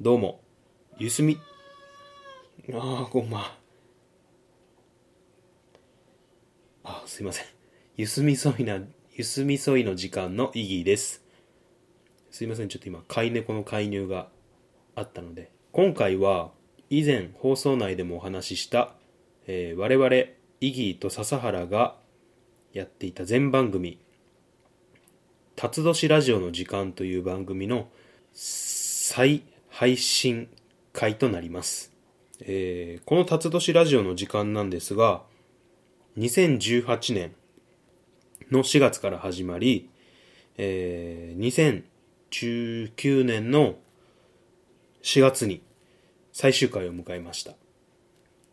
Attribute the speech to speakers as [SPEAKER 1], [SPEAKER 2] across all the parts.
[SPEAKER 1] どうも、ゆすみ。ああ、ごま。あ、すいません。ゆすみそいな、ゆすみそいの時間の意義です。すいません、ちょっと今、飼い猫の介入があったので。今回は、以前放送内でもお話しした、えー我々、イギーと笹原がやっていた全番組、辰年ラジオの時間という番組の再配信会となります、えーこの辰年ラジオの時間なんですが2018年の4月から始まり、えー2019年の4月に最終回を迎えました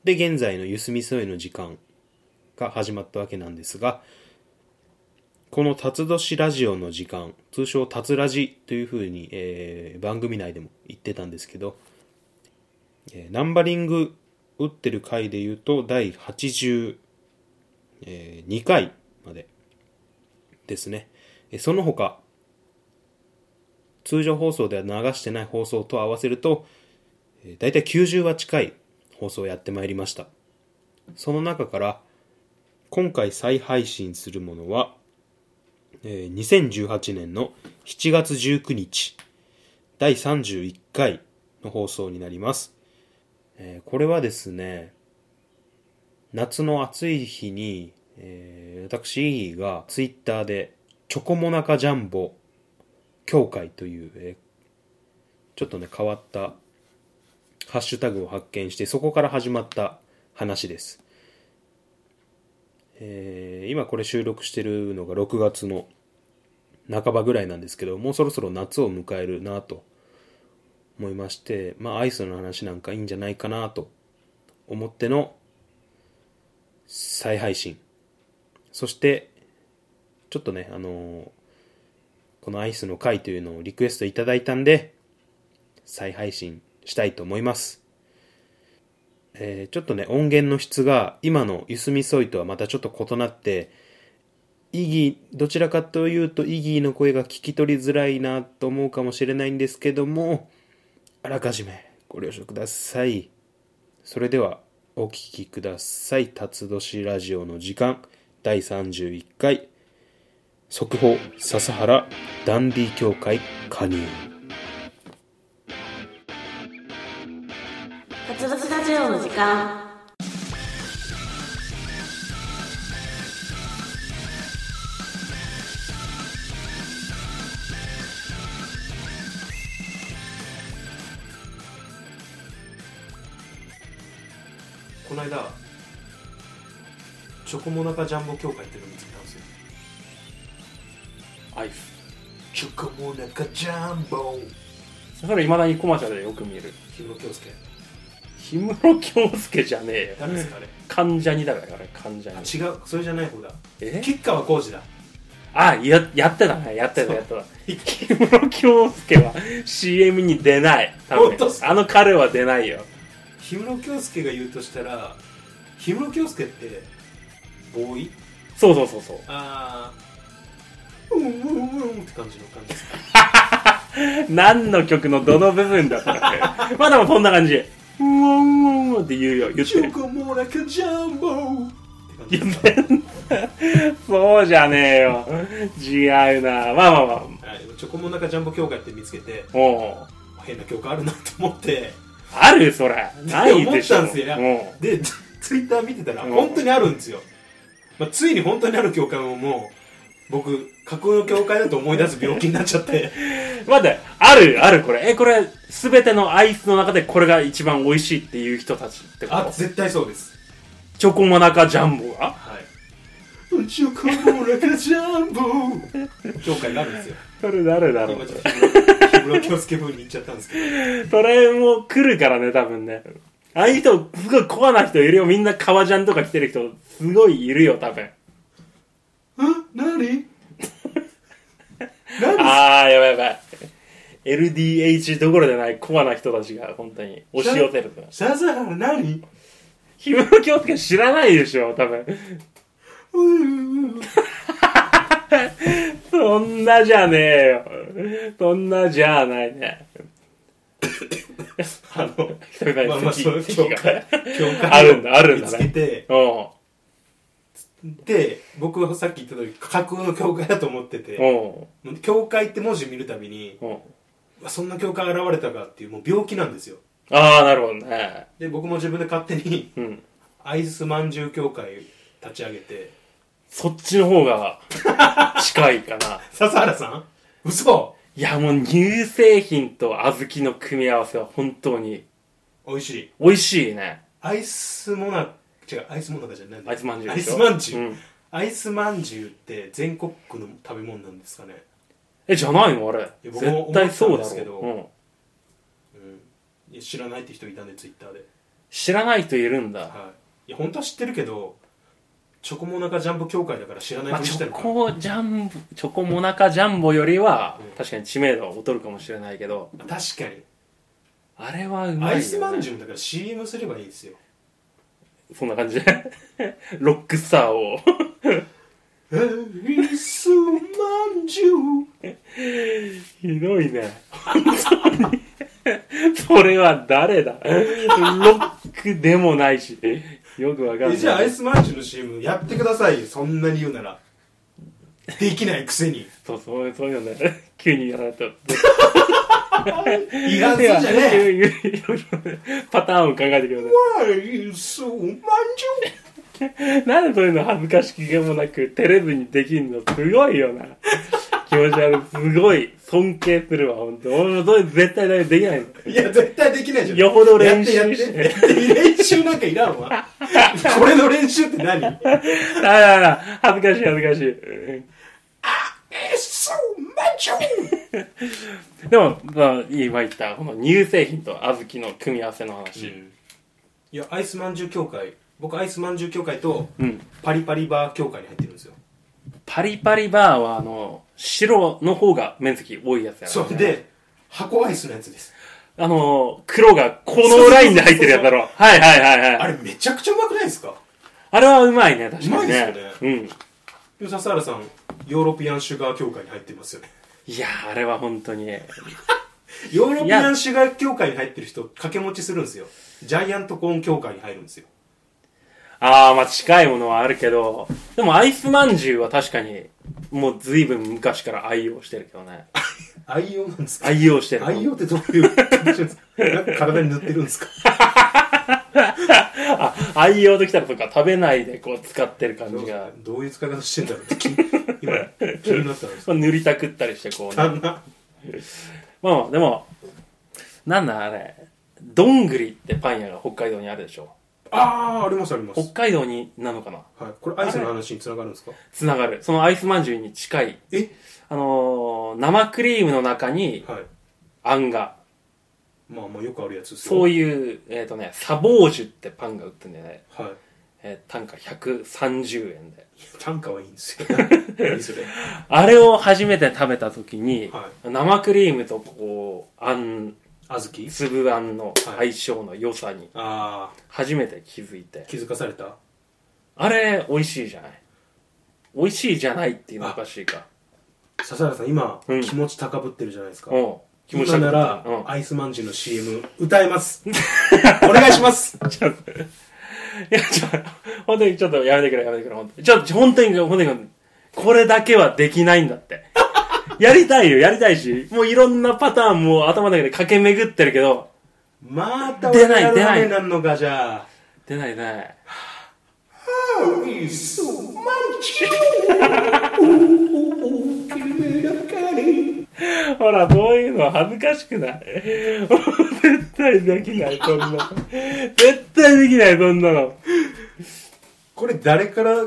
[SPEAKER 1] で現在のゆすみそえの時間が始まったわけなんですがこの「辰年ラジオ」の時間通称「辰ラジ」というふうに、えー番組内でも言ってたんですけど、えーナンバリング打ってる回で言うと第82回までですねえーその他通常放送では流してない放送と合わせると、えー、大体90話近い放送をやってまいりましたその中から今回再配信するものはえー2018年の7月19日第31回の放送になります、えーこれはですね夏の暑い日に、えー私イギーがツイッターでチョコモナカジャンボ協会という、えーちょっとね変わったハッシュタグを発見してそこから始まった話ですえー今これ収録してるのが6月の半ばぐらいなんですけどもうそろそろ夏を迎えるなと思いましてまあアイスの話なんかいいんじゃないかなと思っての再配信そしてちょっとねあのーこのアイスの回というのをリクエストいただいたんで再配信したいと思いますえーちょっとね音源の質が今のゆすみそいとはまたちょっと異なってイギーどちらかというとイギーの声が聞き取りづらいなと思うかもしれないんですけどもあらかじめご了承くださいそれではお聴きください「辰年ラジオ」の時間第31回速報笹原ダンディ協会加入
[SPEAKER 2] カツラツラジオの時間。
[SPEAKER 1] この間チョコモナカジャンボ協会っていうのを見つけたんですよ
[SPEAKER 3] アイス
[SPEAKER 1] チョコモナカジャンボ
[SPEAKER 3] だからいまだにコマーシャルでよく見える
[SPEAKER 1] 氷室京介
[SPEAKER 3] 氷室京介じゃねえよ
[SPEAKER 1] 誰ですかあれ
[SPEAKER 3] 関ジャニだからあれ関ジャ
[SPEAKER 1] あ
[SPEAKER 3] ニ
[SPEAKER 1] 違うそれじゃない方だ
[SPEAKER 3] え
[SPEAKER 1] 吉川浩司だ
[SPEAKER 3] あややってたねやってたやってた
[SPEAKER 1] い
[SPEAKER 3] 氷室京介は CM に出ない多
[SPEAKER 1] 本
[SPEAKER 3] 分
[SPEAKER 1] 当っすか
[SPEAKER 3] あの彼は出ないよ
[SPEAKER 1] 氷室京介が言うとしたら氷室京介ってボーイ
[SPEAKER 3] そうそうそうそう
[SPEAKER 1] あーうんうんうんって感じの感じですか
[SPEAKER 3] 何の曲のどの部分だったか ってまあでもそんな感じうおうおうおうって言うよ言っ
[SPEAKER 1] チ
[SPEAKER 3] て
[SPEAKER 1] ョ
[SPEAKER 3] る
[SPEAKER 1] コモナカジャンボって感じですか
[SPEAKER 3] そうじゃねえよ違うなまあまあまあ
[SPEAKER 1] はいチョコモナカジャンボ協会って見つけて
[SPEAKER 3] おう
[SPEAKER 1] 変な教会あるなと思って
[SPEAKER 3] あるそれないでしょ
[SPEAKER 1] 思ったんすよ
[SPEAKER 3] うん
[SPEAKER 1] でツツイッター見てたら
[SPEAKER 3] うん
[SPEAKER 1] 本当にあるんですよ、まあ、ついに本当にある教会をもう僕架空の教会だと思い出す病気になっちゃって
[SPEAKER 3] 待って、ある、ある、これ。え、これ、すべてのアイスの中でこれが一番美味しいっていう人たちって こ
[SPEAKER 1] あ
[SPEAKER 3] と
[SPEAKER 1] 絶対そうです
[SPEAKER 3] チョコモナカジャンボが
[SPEAKER 1] はい宇宙コモラカジャンボ教会があるんですよ
[SPEAKER 3] それ誰だ
[SPEAKER 1] 今ちょっと氷室京介風に言っちゃったんですけ ど
[SPEAKER 3] それも来るからね、多分ね。ああいう人、すごいコアな人いるよ。みんな革ジャンとか着てる人、すごいいるよ、多分。
[SPEAKER 1] ん 何何
[SPEAKER 3] あー、やばいやばい。LDH どころじゃないコアな人たちが、本当に、押し寄せる から。
[SPEAKER 1] サザハラ何
[SPEAKER 3] ヒムロ京介知らないでしょ、多分。
[SPEAKER 1] うん
[SPEAKER 3] そんなじゃねえよ。そんなじゃないね。
[SPEAKER 4] あの、
[SPEAKER 3] 一人ない
[SPEAKER 4] まあまあ、そういう教
[SPEAKER 3] 席が
[SPEAKER 4] 会、教会を
[SPEAKER 3] あるんだあるんだね
[SPEAKER 4] 見つけて、
[SPEAKER 3] お
[SPEAKER 4] で、僕はさっき言った通り、架空の教会だと思って
[SPEAKER 3] う
[SPEAKER 4] て、
[SPEAKER 3] お
[SPEAKER 4] 教会って文字見るたびに
[SPEAKER 3] う、おう
[SPEAKER 4] わそんな教会現れたかっていう、もう病気なんですよ。
[SPEAKER 3] ああなるほどね
[SPEAKER 4] で、僕も自分で勝手に、
[SPEAKER 3] うん
[SPEAKER 4] 会津まんじゅう協会立ち上げて、
[SPEAKER 3] そっちの方が近いかな
[SPEAKER 4] 笹原さん嘘
[SPEAKER 3] いやもう乳製品と小豆の組み合わせは本当に
[SPEAKER 4] 美味しい。
[SPEAKER 3] 美味しいね
[SPEAKER 4] アイスモナ、違う、アイスモナカじゃないんだ
[SPEAKER 3] アイスまんじゅう
[SPEAKER 4] ア
[SPEAKER 3] で
[SPEAKER 4] イ
[SPEAKER 3] し
[SPEAKER 4] ス
[SPEAKER 3] ょ
[SPEAKER 4] まんじゅう。
[SPEAKER 3] うん
[SPEAKER 4] アイスまんじゅうって全国区の食べ物なんですかね。
[SPEAKER 3] えじゃないのあれ
[SPEAKER 4] や僕も
[SPEAKER 3] 絶対そう
[SPEAKER 4] 思っ
[SPEAKER 3] だ
[SPEAKER 4] たんですけど
[SPEAKER 3] ろう、うん、
[SPEAKER 4] うんいや。知らないって人いたんで、ツイッターで。
[SPEAKER 3] 知らない人いるんだ、
[SPEAKER 4] はい。いや、本当は知ってるけど、チョコモナカジャンボ協会だから知らない
[SPEAKER 3] まあ、
[SPEAKER 4] ふり
[SPEAKER 3] チ
[SPEAKER 4] して
[SPEAKER 3] ョ
[SPEAKER 4] るから。
[SPEAKER 3] コジャンボチョコモナカジャンボよりは、
[SPEAKER 4] うん
[SPEAKER 3] 確かに知名度は劣るかもしれないけど
[SPEAKER 4] 確かに。
[SPEAKER 3] あれはうまいよ、ね、
[SPEAKER 4] アイスまんじゅうだから CM すればいいんですよ。
[SPEAKER 3] そんな感じ でロックスターを
[SPEAKER 4] アイスまんじゅう。
[SPEAKER 3] ひどいね本当にそれは誰だロックでもないしよくわかん
[SPEAKER 4] え
[SPEAKER 3] ない
[SPEAKER 4] じゃあアイスマンチュの CM やってくださいよそんなに言うならできないくせに
[SPEAKER 3] そうそうそういうのね急にやられた
[SPEAKER 4] 違反するじゃねえ
[SPEAKER 3] いやいろいろねパターンを考えてください
[SPEAKER 4] アイスマン
[SPEAKER 3] なんでそういうの恥ずかしげもなく照れずにできるのすごいよな。気持ち悪い。すごい。尊敬するわ、ほんと。俺もそういう絶対できないの。
[SPEAKER 4] いや絶対できないじゃん
[SPEAKER 3] よほど練習
[SPEAKER 4] やってやってやって練習なんかいらんわこれの練習って何アイ
[SPEAKER 3] あらあら、恥ずかしい恥ずかし
[SPEAKER 4] スマンチュ
[SPEAKER 3] い。でも、まあ、今言った、この乳製品と小豆の組み合わせの話。
[SPEAKER 4] いやアイスまんじゅう協会僕アイスまんじゅう協会と
[SPEAKER 3] うん。
[SPEAKER 4] パリパリバー協会に入ってるんですよ
[SPEAKER 3] パリパリバーは、あの、白の方が面積多いやつやろ
[SPEAKER 4] それ。で箱アイスのやつです
[SPEAKER 3] あの、黒がこのラインで入ってるやつだろ。はいはいはい
[SPEAKER 4] あ
[SPEAKER 3] はい。
[SPEAKER 4] れめちゃくちゃうまくないですか
[SPEAKER 3] あれはうまいね、確かにね。
[SPEAKER 4] うまいです
[SPEAKER 3] うん。
[SPEAKER 4] でも笹原さんヨーロピアンシュガー協会に入ってますよね
[SPEAKER 3] いやー、あれは本当に。
[SPEAKER 4] ヨーロピアンシュガー協会に入ってる人掛け持ちするんですよジャイアントコーン協会に入るんですよ
[SPEAKER 3] ああ、まあ近いものはあるけど、でもアイスまんじゅうは確かに、もう随分昔から愛用してるけどね。
[SPEAKER 4] 愛用なんですか
[SPEAKER 3] 愛用してる。
[SPEAKER 4] 愛用ってどういう感じなんですかなんか体に塗ってるんですか
[SPEAKER 3] あ、愛用できたらとか食べないでこう使ってる感じが。
[SPEAKER 4] どういう使い方してんだろうって気今気になったんです
[SPEAKER 3] まあ、塗りたくったりしてこうね。
[SPEAKER 4] 旦那
[SPEAKER 3] まあまあ、でも、なんだあれ。どんぐりってパン屋が北海道にあるでしょ。
[SPEAKER 4] ああありますあります
[SPEAKER 3] 北海道になのかな
[SPEAKER 4] はいこれアイスの話につながるんですか
[SPEAKER 3] つながる。そのアイスまんじゅうに近い。
[SPEAKER 4] え
[SPEAKER 3] あのー生クリームの中に
[SPEAKER 4] はい
[SPEAKER 3] あんが。
[SPEAKER 4] まあまあよくあるやつですよ
[SPEAKER 3] そういう、えっ、とね、サボージュってパンが売ってんだよね。
[SPEAKER 4] はい
[SPEAKER 3] えー単価130円で。
[SPEAKER 4] 単価はいいんです よ何それ
[SPEAKER 3] あれを初めて食べた時に、
[SPEAKER 4] は
[SPEAKER 3] 生クリームとこう、あん、
[SPEAKER 4] 小豆
[SPEAKER 3] 粒あんの
[SPEAKER 4] は
[SPEAKER 3] 相性の良さに
[SPEAKER 4] あ
[SPEAKER 3] 初めて気づいて
[SPEAKER 4] あ、気づかされた
[SPEAKER 3] あれ美味しいじゃない美味しいじゃないっていうのはおかしいか。
[SPEAKER 4] 笹原さん今、
[SPEAKER 3] うん
[SPEAKER 4] 気持ち高ぶってるじゃないですか
[SPEAKER 3] うん。気持ち
[SPEAKER 4] 今
[SPEAKER 3] 悪
[SPEAKER 4] なら、
[SPEAKER 3] うん。
[SPEAKER 4] アイスまんじゅうの CM 歌え ます。お願いします。
[SPEAKER 3] いや、ちょっと、本当にちょっとやめてくれ、やめてくれ、本当に。ちょっと、本当に、本当に、これだけはできないんだって。やりたいよ、やりたいし、もういろんなパターンもう頭の中で駆け巡ってるけど、
[SPEAKER 4] また
[SPEAKER 3] 出ない
[SPEAKER 4] 俺らの
[SPEAKER 3] 出ない
[SPEAKER 4] 雨なんのか、じゃあ。
[SPEAKER 3] 出ない出ない。ほら、そういうのは恥ずかしくない。絶対できない、そんなの。絶対できない、そんなの。
[SPEAKER 4] これ誰から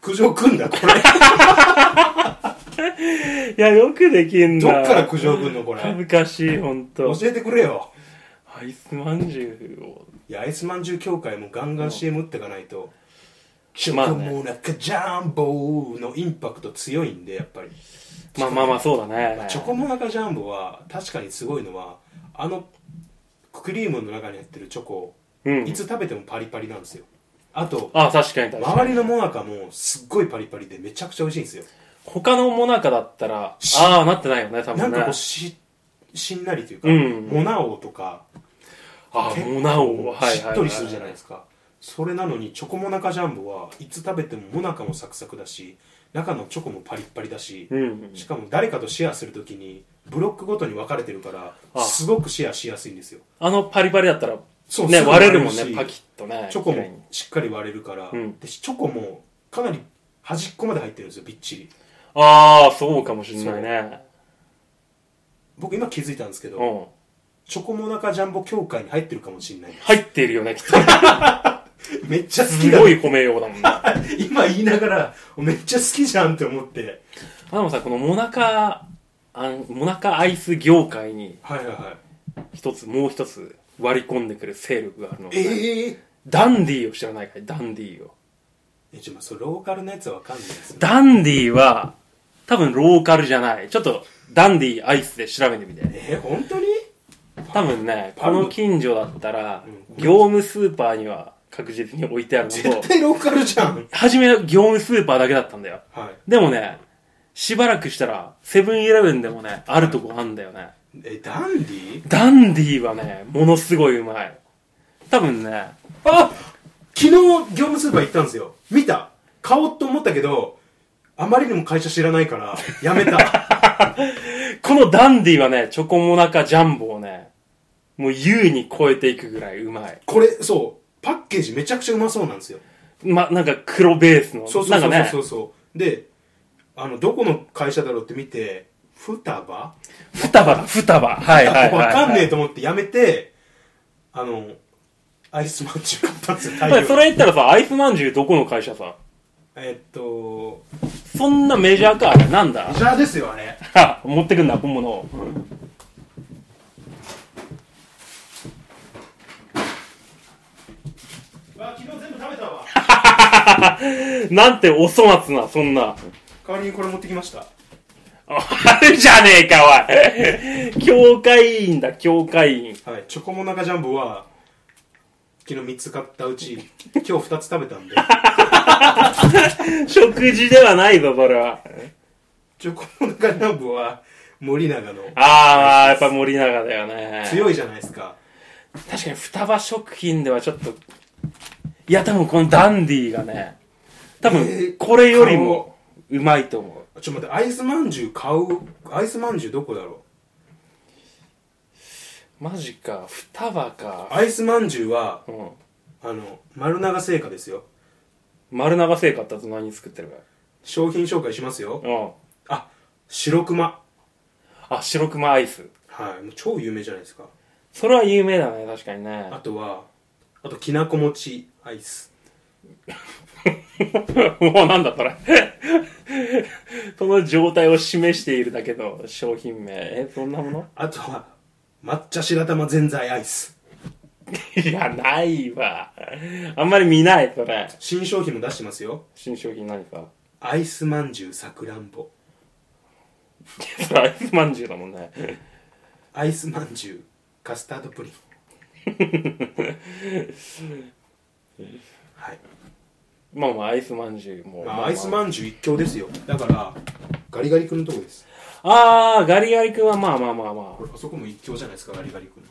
[SPEAKER 4] 苦情くんだこ れ。
[SPEAKER 3] いや、よくできん
[SPEAKER 4] ど
[SPEAKER 3] な。
[SPEAKER 4] っから苦情くんのこ
[SPEAKER 3] 恥
[SPEAKER 4] れ。
[SPEAKER 3] ずかしい、ほんと
[SPEAKER 4] 教。えてくれよ。
[SPEAKER 3] アイスまんじゅうを。
[SPEAKER 4] いや、アイスまんじゅう協会もガンガン CM 打ってかないと。チ
[SPEAKER 3] まあ
[SPEAKER 4] ョコ
[SPEAKER 3] ね
[SPEAKER 4] モナカジャンボのインパクト強いんで、やっぱり。
[SPEAKER 3] まあまあまあ、そうだね。
[SPEAKER 4] チョコモナカジャンボは確かにすごいのは、あのクリームの中に入ってるチョコ、
[SPEAKER 3] うん
[SPEAKER 4] い。つ食べてもパリパリなんですよ。あと、
[SPEAKER 3] あ、確かに確かに。
[SPEAKER 4] 周りのモナカもすっごいパリパリでめちゃくちゃ美味しいんですよ
[SPEAKER 3] 他のモナカだったら、ああ、なってないよね、多
[SPEAKER 4] な
[SPEAKER 3] 分
[SPEAKER 4] ん
[SPEAKER 3] ね
[SPEAKER 4] かこう。ししんなりというか、
[SPEAKER 3] うん
[SPEAKER 4] モナ王とか
[SPEAKER 3] あ
[SPEAKER 4] 結構
[SPEAKER 3] モナ王はいはいはい
[SPEAKER 4] しっとりするじゃないですか、それなのにチョコモナカジャンボはいつ食べてもモナカもサクサクだし中のチョコもパリッパリだし、
[SPEAKER 3] うん
[SPEAKER 4] しかも誰かとシェアするときにブロックごとに分かれてるか
[SPEAKER 3] あ
[SPEAKER 4] らすごくシェアしやすいんですよ
[SPEAKER 3] あのパリパリだったら
[SPEAKER 4] そう
[SPEAKER 3] ね
[SPEAKER 4] すぐ
[SPEAKER 3] 割れるもん
[SPEAKER 4] 割れる
[SPEAKER 3] ね
[SPEAKER 4] し
[SPEAKER 3] パキッとね
[SPEAKER 4] チョコ
[SPEAKER 3] 綺麗に
[SPEAKER 4] もしっかり割れるから、
[SPEAKER 3] うん
[SPEAKER 4] でチョコもかなり端っこまで入ってるんですよびっちり
[SPEAKER 3] ああそうかもしんないね
[SPEAKER 4] 僕今気づいたんですけど、
[SPEAKER 3] うん
[SPEAKER 4] チョコモナカジャンボ協会に入ってるかもしれない
[SPEAKER 3] 入っているよねきっと
[SPEAKER 4] めっち ゃ好き
[SPEAKER 3] す
[SPEAKER 4] だ
[SPEAKER 3] ごい褒めようだもんねあ
[SPEAKER 4] 今言いながらめっちゃ好きじゃんって思って
[SPEAKER 3] でもさこのモナカあんモナカアイス業界に
[SPEAKER 4] はいはいはい
[SPEAKER 3] 一つもう一つ割り込んでくる勢力があるのはね、
[SPEAKER 4] ええ
[SPEAKER 3] ダンディーを知らないかいダンディーを
[SPEAKER 4] えちょまあそれローカルのやつはわかんないですよ
[SPEAKER 3] ダンディーは多分ローカルじゃないちょっとダンディーアイスで調べてみて
[SPEAKER 4] えー、本当に
[SPEAKER 3] 多分ねこ
[SPEAKER 4] パン
[SPEAKER 3] の近所だったら
[SPEAKER 4] うん
[SPEAKER 3] 業務スーパーには確実に置いてあるのと
[SPEAKER 4] 絶対ローカルじゃん
[SPEAKER 3] 初めは業務スーパーだけだったんだよ
[SPEAKER 4] はい
[SPEAKER 3] でもねしばらくしたらセブンイレブンでもねあるとこあんだよね
[SPEAKER 4] えダンディ
[SPEAKER 3] ダンディーはねものすごいうまい多分ね
[SPEAKER 4] あ昨日業務スーパー行ったんですよ見た買おうと思ったけどあまりにも会社知らないからやめ た
[SPEAKER 3] このダンディはね、チョコモナカジャンボをね、もう優に超えていくぐらいうまい。
[SPEAKER 4] これそうパッケージめちゃくちゃうまそうなんですよ
[SPEAKER 3] ま、なんか黒ベースの。
[SPEAKER 4] そうそう
[SPEAKER 3] な
[SPEAKER 4] そ
[SPEAKER 3] ん
[SPEAKER 4] う
[SPEAKER 3] かね
[SPEAKER 4] そうそう、そうであのどこの会社だろうって見て双葉
[SPEAKER 3] 双葉だ、双葉。はいはいはい、はい。
[SPEAKER 4] わかんねえと思ってやめてあのアイスマンチュ買ったんですよ大量
[SPEAKER 3] だからそれ言ったらさ、アイスまんじゅうどこの会社さ。
[SPEAKER 4] えっと
[SPEAKER 3] そんなメジャーか、あれなんだ
[SPEAKER 4] メジャーですよあれ
[SPEAKER 3] あ持ってくんだ、本物を。
[SPEAKER 4] わ昨日全部食べたわ
[SPEAKER 3] なんてお粗末な、そんな。
[SPEAKER 4] 代わりにこれ持ってきました
[SPEAKER 3] あるじゃねえか、おい。教会員だ、教会員。
[SPEAKER 4] はい、チョコモナカジャンボは昨日3つ買ったうち今日2つ食べたん で
[SPEAKER 3] 食事ではないぞ、それは。
[SPEAKER 4] チョコモナカジャンボは森永の
[SPEAKER 3] あー、やっぱ森永だよね。
[SPEAKER 4] 強いじゃないですか
[SPEAKER 3] 確かに双葉食品ではちょっといや多分このダンディがね多
[SPEAKER 4] え
[SPEAKER 3] 分
[SPEAKER 4] ー
[SPEAKER 3] これよりもうまいと思
[SPEAKER 4] ちょっと待ってアイスまんじゅう買うアイスまんじゅうどこだろ
[SPEAKER 3] うマジか双葉
[SPEAKER 4] う
[SPEAKER 3] か、
[SPEAKER 4] アイスまんじゅうは
[SPEAKER 3] うん、
[SPEAKER 4] あの丸永製菓ですよ
[SPEAKER 3] 丸永製菓だと何作ってるか
[SPEAKER 4] 商品紹介しますよ
[SPEAKER 3] うん
[SPEAKER 4] あ白熊
[SPEAKER 3] あ白熊アイス
[SPEAKER 4] はいもう超有名じゃないですか
[SPEAKER 3] それは有名だね確かにね
[SPEAKER 4] あとはあときなこ餅アイス
[SPEAKER 3] もうなんだそれその状態を示しているだけの商品名えそんなも の
[SPEAKER 4] あとは抹茶白玉ぜんざいアイス
[SPEAKER 3] いやないわあんまり見ないそれ
[SPEAKER 4] 新商品も出してますよ
[SPEAKER 3] 新商品何か
[SPEAKER 4] アイスまんじゅうさくらんぼ
[SPEAKER 3] それアイスまんじゅうだもんね
[SPEAKER 4] アイスまんじゅうカスタードプリン はい、
[SPEAKER 3] まあまあ、アイスまんじゅうも。
[SPEAKER 4] まあ、アイスま
[SPEAKER 3] ん
[SPEAKER 4] んじゅう一強ですよだからガリガリ君のとこです
[SPEAKER 3] あー、ガリガリ君はまあまあまあま
[SPEAKER 4] これあそこも一強じゃないですかガリガリ君の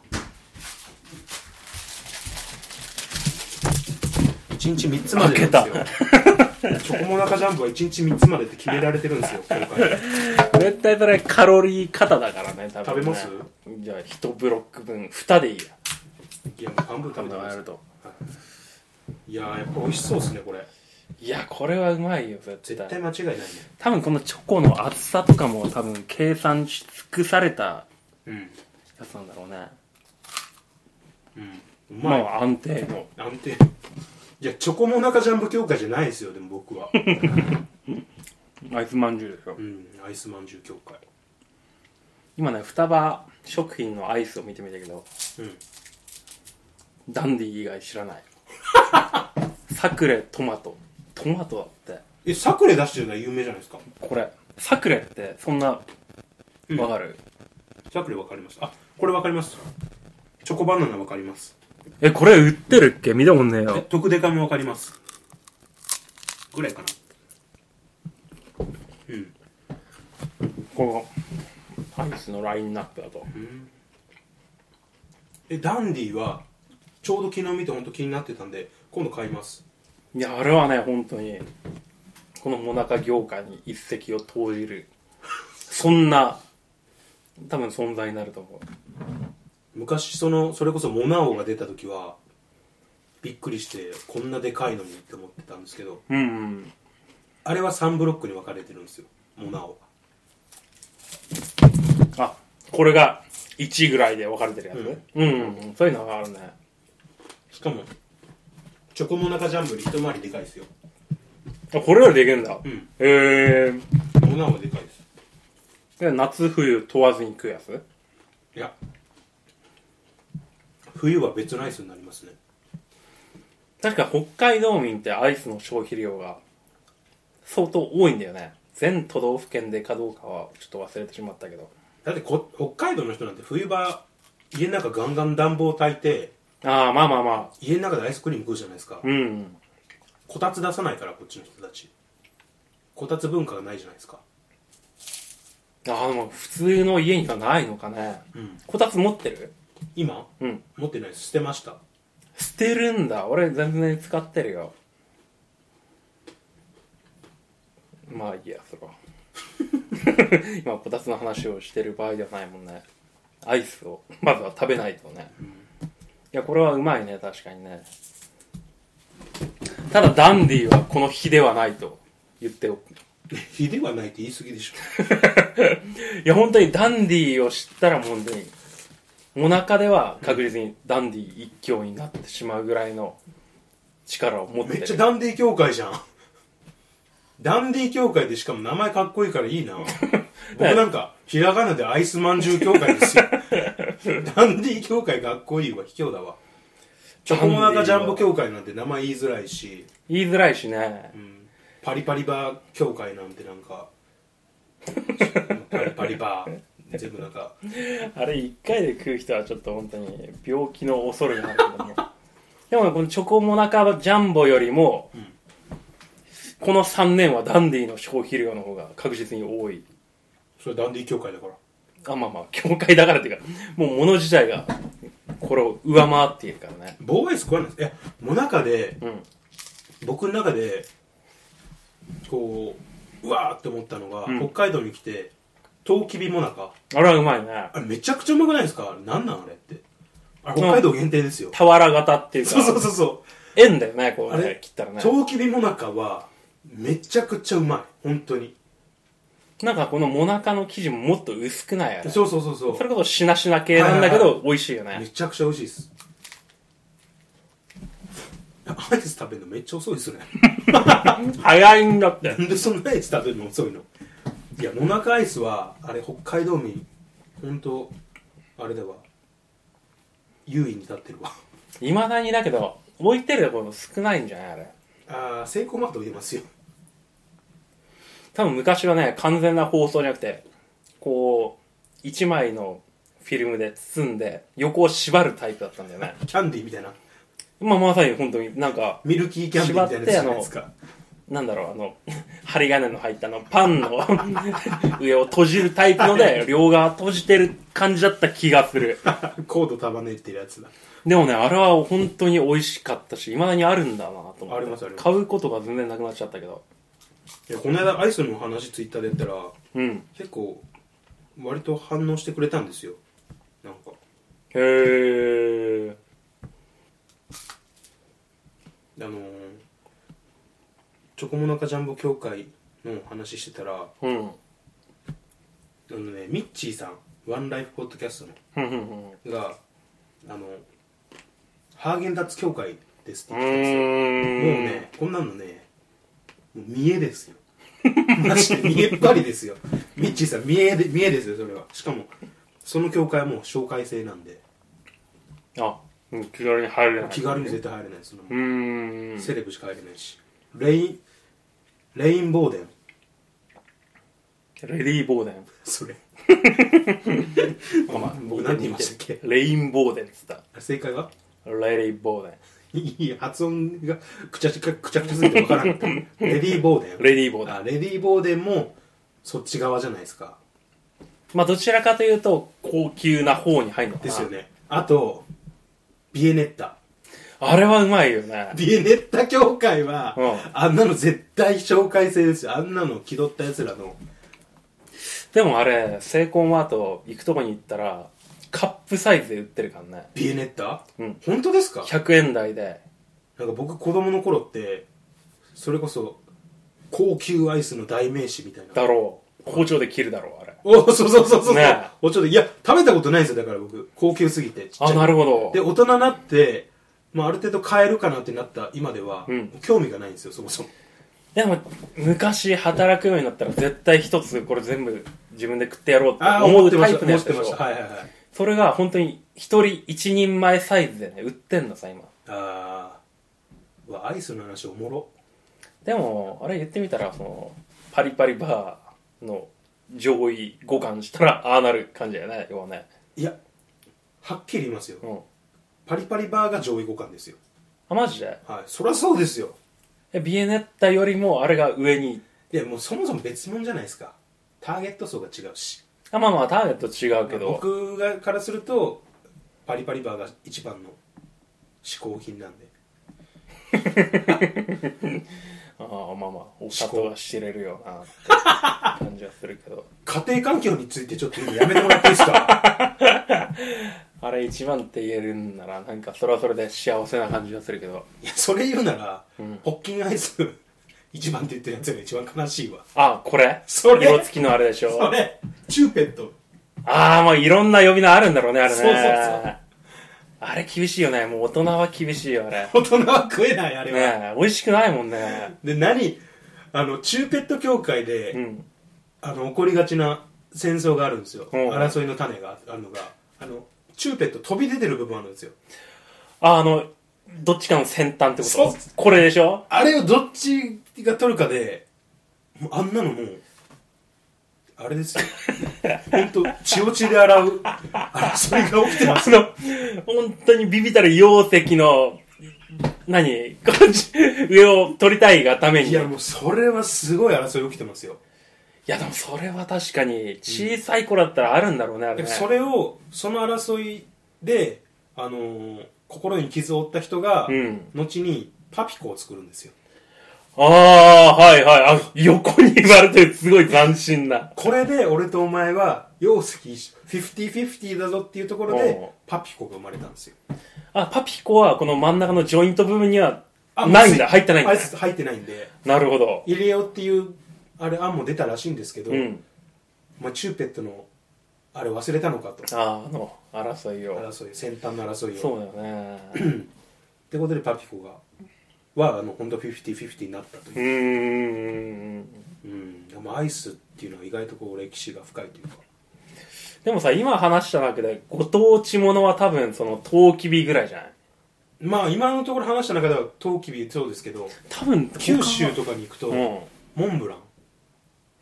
[SPEAKER 4] 一日三つまでなんですよチョコモナカジャンボは一日三つまでって決められてるんですよ今回
[SPEAKER 3] あ。絶対それカロリー型だからね、多分、ね。
[SPEAKER 4] 食べます
[SPEAKER 3] じゃあ、一ブロック分、二でいいや。
[SPEAKER 4] いやもう半分食
[SPEAKER 3] 食
[SPEAKER 4] べて
[SPEAKER 3] べても
[SPEAKER 4] ま
[SPEAKER 3] らえ
[SPEAKER 4] す
[SPEAKER 3] ると。
[SPEAKER 4] いやーやっぱ美味しそうですねこれ
[SPEAKER 3] いや、これはうまいよ、絶
[SPEAKER 4] 絶
[SPEAKER 3] 対。
[SPEAKER 4] 対間違いないね
[SPEAKER 3] 多分このチョコの厚さとかも多分計算し尽くされた
[SPEAKER 4] うん
[SPEAKER 3] やつなんだろうね。
[SPEAKER 4] うんう
[SPEAKER 3] ま
[SPEAKER 4] まい
[SPEAKER 3] あ安定の。
[SPEAKER 4] 安定いやチョコモナカジャンボ協会じゃないですよでも僕 は
[SPEAKER 3] アイスまんじゅうでしょ
[SPEAKER 4] う。んアイスまんじゅう協会
[SPEAKER 3] 今ね、双葉食品のアイスを見てみたけど、
[SPEAKER 4] うん
[SPEAKER 3] ダンディ以外知ら ない。サクレ、トマト。トマトだって。
[SPEAKER 4] えサクレ出してるのは有名じゃないですか
[SPEAKER 3] これサクレってそんなわ
[SPEAKER 4] うん
[SPEAKER 3] かる、
[SPEAKER 4] サクレわかりますあこれわかりますチョコバナナわかります
[SPEAKER 3] えこれ売ってるっけ見たもんねえ
[SPEAKER 4] え
[SPEAKER 3] よ
[SPEAKER 4] 特デカもわかりますぐらいかな
[SPEAKER 3] このハイスのラインナップだと
[SPEAKER 4] えダンディはちょうど昨日見て本当気になってたんで今度買います
[SPEAKER 3] いやあれはね本当にこのモナカ業界に一石を投じるそんな多分存在になると思う
[SPEAKER 4] 昔そのそれこそモナ王が出た時はびっくりしてこんなでかいのにって思ってたんですけど
[SPEAKER 3] うん、うん、
[SPEAKER 4] あれは3ブロックに分かれてるんですよモナ王
[SPEAKER 3] あこれが1位ぐらいで分かれてるやつねうん、うんうん、そういうのがあるね
[SPEAKER 4] しかもチョコモナカジャンボより一回りでかいですよ
[SPEAKER 3] あこれよりできるんだ、
[SPEAKER 4] ん
[SPEAKER 3] え
[SPEAKER 4] モナ王でかいです
[SPEAKER 3] ー、で夏冬問わずに食うやつ
[SPEAKER 4] いや冬は別のアイスになりますね
[SPEAKER 3] 確か北海道民ってアイスの消費量が相当多いんだよね全都道府県でかどうかはちょっと忘れてしまったけど
[SPEAKER 4] だってこ北海道の人なんて冬場家の中ガンガン暖房焚いて
[SPEAKER 3] ああまあまあまあ
[SPEAKER 4] 家の中でアイスクリーム食うじゃないですか、
[SPEAKER 3] うん
[SPEAKER 4] こたつ出さないからこっちの人たちこたつ文化がないじゃないですか
[SPEAKER 3] ああでも普通の家にはないのかね、
[SPEAKER 4] うん
[SPEAKER 3] こたつ持ってる
[SPEAKER 4] 今
[SPEAKER 3] うん
[SPEAKER 4] 持ってないです捨てました
[SPEAKER 3] 捨てるんだ俺全然使ってるよまあいいやそれは今こたつの話をしてる場合ではないもんねアイスをまずは食べないとね、いやこれはうまいね確かにねただダンディはこの日ではないと言っておく
[SPEAKER 4] 火ではないって言い過ぎでしょ
[SPEAKER 3] いや本当にダンディを知ったらもう本当にモナカでは確実にダンディ一強になってしまうぐらいの力を持って
[SPEAKER 4] めっ
[SPEAKER 3] る
[SPEAKER 4] ちゃダンディ協会じゃんダンディ協会でしかも名前かっこいいからいいな僕なんかひらがなでアイスまんじゅう協会ですよダンディ協会かっこいいわ卑怯だわチョコモナカジャンボ協会なんて名前言いづらいし、
[SPEAKER 3] 言いづらいしね、
[SPEAKER 4] うんパリパリバー協会なんてなんかパリパリバー全部なんか
[SPEAKER 3] あれ1回で食う人はちょっと本当に病気の恐れがあるけどもでもねこのチョコモナカジャンボよりも、この3年はダンディの消費量の方が確実に多い
[SPEAKER 4] それダンディ協会だから
[SPEAKER 3] あまあまあ業界だからっていうかもう物自体がこれを上回っているからね
[SPEAKER 4] 棒アイス食わないですいやもう中で
[SPEAKER 3] うん
[SPEAKER 4] 僕の中でこううわーって思ったのが、
[SPEAKER 3] ん
[SPEAKER 4] 北海道に来てトウキビもなか
[SPEAKER 3] あれはうまいね
[SPEAKER 4] あれめちゃくちゃうまくないですかあれなんなんあれってあれ北海道限定 ですよ、
[SPEAKER 3] 俵型っていうか
[SPEAKER 4] そうそうそうそ
[SPEAKER 3] 円だよねこ
[SPEAKER 4] う
[SPEAKER 3] う
[SPEAKER 4] あ
[SPEAKER 3] ね
[SPEAKER 4] れ
[SPEAKER 3] 切ったらね
[SPEAKER 4] トウキビもなかはめちゃくちゃうまい本当に
[SPEAKER 3] なんかこのモナカの生地ももっと薄くないあれそ
[SPEAKER 4] そうそうそうそう
[SPEAKER 3] れこそしなしな系なんだけ
[SPEAKER 4] はいはい
[SPEAKER 3] ど美味しいよね
[SPEAKER 4] めちゃくちゃ美味しいですアイス食べるのめっちゃ遅いですね
[SPEAKER 3] 早いんだって
[SPEAKER 4] なんでそんなアイス食べるの遅いのいやもなかアイスはあれ北海道民本当あれだわ優位に立ってるわ
[SPEAKER 3] いまだにだけど置いてるところ少ないんじゃないあれ
[SPEAKER 4] ああセイコーマート入れますよ
[SPEAKER 3] 多分昔はね完全な包装じゃなくてこう1枚のフィルムで包んで横を縛るタイプだったんだよね
[SPEAKER 4] キャンディーみたいな
[SPEAKER 3] まあまさに本当になんか
[SPEAKER 4] ミルキーキャンディーみたいなやつじゃないです
[SPEAKER 3] 縛
[SPEAKER 4] か
[SPEAKER 3] なんだろうあの針金の入ったあのパンの上を閉じるタイプので両側閉じてる感じだった気がする
[SPEAKER 4] コード束ねってるやつだ
[SPEAKER 3] でもねあれは本当に美味しかったしいまだにあるんだなと思って
[SPEAKER 4] ありますあります
[SPEAKER 3] 買うことが全然なくなっちゃったけど
[SPEAKER 4] いやこの間アイスの話ツイッターでやったら
[SPEAKER 3] うん
[SPEAKER 4] 結構割と反応してくれたんですよなんか
[SPEAKER 3] へえ
[SPEAKER 4] あのーチョコモナカジャンボ協会の話してたらあ
[SPEAKER 3] うん
[SPEAKER 4] のねミッチーさんワンライフポッドキャス
[SPEAKER 3] うんうん
[SPEAKER 4] トのがあのハーゲンダッツ協会ですって
[SPEAKER 3] う
[SPEAKER 4] 言ってたんですよ
[SPEAKER 3] ん
[SPEAKER 4] もうねこんなのねもう見えですよマジで見えっぱりですよミッチーさん見えで見えですよそれはしかもその協会はもう紹介制なんで
[SPEAKER 3] あうん気軽に入れない
[SPEAKER 4] 気軽に絶対入れないその
[SPEAKER 3] うーん
[SPEAKER 4] セレブしか入れないしレインレインボーデン
[SPEAKER 3] レディー・ボーデン
[SPEAKER 4] それまあまあ僕何て言いましたっけ
[SPEAKER 3] レインボーデンっつった
[SPEAKER 4] 正解は
[SPEAKER 3] レディー・ボーデ
[SPEAKER 4] いい発音がくちゃくちゃくちゃくちゃすぎてわからんかった レディー・ボーデン
[SPEAKER 3] ンレディー・ボーデン
[SPEAKER 4] あレディー・ボーデンもそっち側じゃないですか
[SPEAKER 3] まあどちらかというと高級な方に入るのかな
[SPEAKER 4] ですよねあとビエネッタ
[SPEAKER 3] あれはうまいよね
[SPEAKER 4] ビエネッタ協会は、
[SPEAKER 3] うん
[SPEAKER 4] あんなの絶対紹介制ですよあんなの気取ったやつらの
[SPEAKER 3] でもあれセイコンマート行くとこに行ったらカップサイズで売ってるからね
[SPEAKER 4] ビエネッタ、
[SPEAKER 3] うん
[SPEAKER 4] 本当ですか
[SPEAKER 3] 100円台で
[SPEAKER 4] なんか僕子供の頃ってそれこそ高級アイスの代名詞みたいな
[SPEAKER 3] だろう包丁で切るだろうあれ
[SPEAKER 4] おそうそうそうそう、
[SPEAKER 3] ね
[SPEAKER 4] おちょっといや食べたことないんですよだから僕高級すぎてちっちゃい
[SPEAKER 3] あなるほど
[SPEAKER 4] で大人になって、まあ、ある程度買えるかなってなった今では、
[SPEAKER 3] うん
[SPEAKER 4] 興味がないんですよそもそも
[SPEAKER 3] でも昔働くようになったら絶対一つこれ全部自分で食ってやろうって
[SPEAKER 4] ああ
[SPEAKER 3] 思
[SPEAKER 4] 思っ
[SPEAKER 3] う
[SPEAKER 4] てま
[SPEAKER 3] タ
[SPEAKER 4] し
[SPEAKER 3] イ
[SPEAKER 4] た
[SPEAKER 3] プの
[SPEAKER 4] 思
[SPEAKER 3] や
[SPEAKER 4] っ
[SPEAKER 3] つで
[SPEAKER 4] てま
[SPEAKER 3] し
[SPEAKER 4] し
[SPEAKER 3] ょ
[SPEAKER 4] たはいはいはい
[SPEAKER 3] それが本当に一人一人前サイズでね売ってんのさ今
[SPEAKER 4] あーうわアイスの話おもろ
[SPEAKER 3] でもあれ言ってみたらそのパリパリバーの上位互換したらああなる感じだよね要はね
[SPEAKER 4] いやはっきり言いますよ、
[SPEAKER 3] うん
[SPEAKER 4] パリパリバーが上位互換ですよ
[SPEAKER 3] あマジで
[SPEAKER 4] はいそりゃそうですよ
[SPEAKER 3] えビエネッタよりもあれが上に
[SPEAKER 4] いやもうそもそも別物じゃないですかターゲット層が違うし
[SPEAKER 3] あまあまあターゲット違うけど
[SPEAKER 4] 僕がからするとパリパリバーが一番の嗜好品なんで
[SPEAKER 3] ああまあまあお砂糖が知れるよなって感じはするけど
[SPEAKER 4] 家庭環境についてちょっと今やめてもらっていいですか
[SPEAKER 3] あれ一番って言えるんならなんかそれはそれで幸せな感じがするけど
[SPEAKER 4] いやそれ言うなら、
[SPEAKER 3] うん
[SPEAKER 4] ホッキンアイス一番って言ってるやつが一番悲しいわ
[SPEAKER 3] あこれ
[SPEAKER 4] それ
[SPEAKER 3] 色付きのあれでしょ
[SPEAKER 4] それチューペット
[SPEAKER 3] ああ、まあいろんな呼び名あるんだろうね、あれね。
[SPEAKER 4] そうそうそう
[SPEAKER 3] あれ厳しいよね。もう大人は厳しいよ、あれ。ね
[SPEAKER 4] 大人は食えないあれは、
[SPEAKER 3] え、美味しくないもんね。
[SPEAKER 4] で何あのチューペット協会で、
[SPEAKER 3] うん。
[SPEAKER 4] あの起こりがちな戦争があるんですよ、
[SPEAKER 3] うん
[SPEAKER 4] 争いの種があるのがあのチューペット飛び出てる部分あるんですよ
[SPEAKER 3] あ、あの、どっちかの先端って
[SPEAKER 4] そ
[SPEAKER 3] こ
[SPEAKER 4] う
[SPEAKER 3] とこれでしょ
[SPEAKER 4] あれをどっちが取るかでもうあんなのもうあれ ですよほんと血落ちで洗う争いが起きてま
[SPEAKER 3] あ
[SPEAKER 4] すよ
[SPEAKER 3] の、本当にビビたる溶石の、何 こっち、上を取りたいがために。
[SPEAKER 4] い
[SPEAKER 3] いや
[SPEAKER 4] や、もうそれはすごい争い起きてますよ
[SPEAKER 3] でもそれは確かに、小さい頃だったらあるんだろうね、あれ
[SPEAKER 4] で
[SPEAKER 3] ね。
[SPEAKER 4] それをその争いで、あのー心に傷を負った人が、
[SPEAKER 3] うん
[SPEAKER 4] 後にパピコを作るんですよ
[SPEAKER 3] ああ、はいはい。あ、横に言われてるすごい斬新な。
[SPEAKER 4] これで俺とお前は容積50-50だぞっていうところ
[SPEAKER 3] うん
[SPEAKER 4] でパピコが生まれたんですよ
[SPEAKER 3] あ、パピコはこの真ん中のジョイント部分には、
[SPEAKER 4] あ
[SPEAKER 3] ないんだ、
[SPEAKER 4] もう
[SPEAKER 3] 入ってないんだ
[SPEAKER 4] あい。つ入ってないんで
[SPEAKER 3] なるほど。
[SPEAKER 4] 入れようっていうあれ案も出たらしいんですけど、
[SPEAKER 3] うん。
[SPEAKER 4] まあ、チューペットのあれ忘れたのかと
[SPEAKER 3] ああの、争いを。
[SPEAKER 4] 争い先端の争いを
[SPEAKER 3] そうだよね。
[SPEAKER 4] ってことでパピコがはあの本当50-50になったという
[SPEAKER 3] うーん。
[SPEAKER 4] うん、でもアイスっていうのは意外とこう歴史が深いというか
[SPEAKER 3] でもさ、今話した中で、ご当地ものは多分、その、トウキビぐらいじゃない
[SPEAKER 4] まあ今のところ話した中ではトウキビそうですけど
[SPEAKER 3] 多分、
[SPEAKER 4] 九州とかに行くと、
[SPEAKER 3] うん。
[SPEAKER 4] モンブラン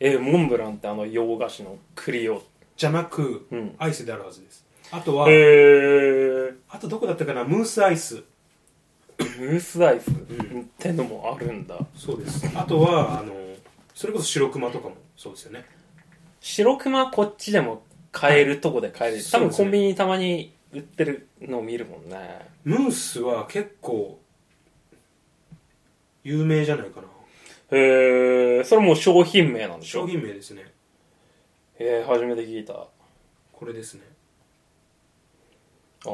[SPEAKER 3] え、モンブランってあの洋菓子の栗を。
[SPEAKER 4] じゃなく、
[SPEAKER 3] うん
[SPEAKER 4] アイスであるはずですあとは、
[SPEAKER 3] へー。
[SPEAKER 4] あとどこだったかなムースアイス
[SPEAKER 3] ムースアイスってのもあるんだ。
[SPEAKER 4] そうですあとはあのそれこそ白クマとかもそうですよね
[SPEAKER 3] 白熊こっちでも買えるとこで買える、多
[SPEAKER 4] そう
[SPEAKER 3] 分
[SPEAKER 4] です
[SPEAKER 3] コ
[SPEAKER 4] ね
[SPEAKER 3] ンビニにたまに売ってるのを見るもんね
[SPEAKER 4] ムースは結構有名じゃないかな
[SPEAKER 3] へえそれもう商品名なんでしょ
[SPEAKER 4] 商品名ですね
[SPEAKER 3] えー、初めて聞いたあ
[SPEAKER 4] これですね
[SPEAKER 3] ム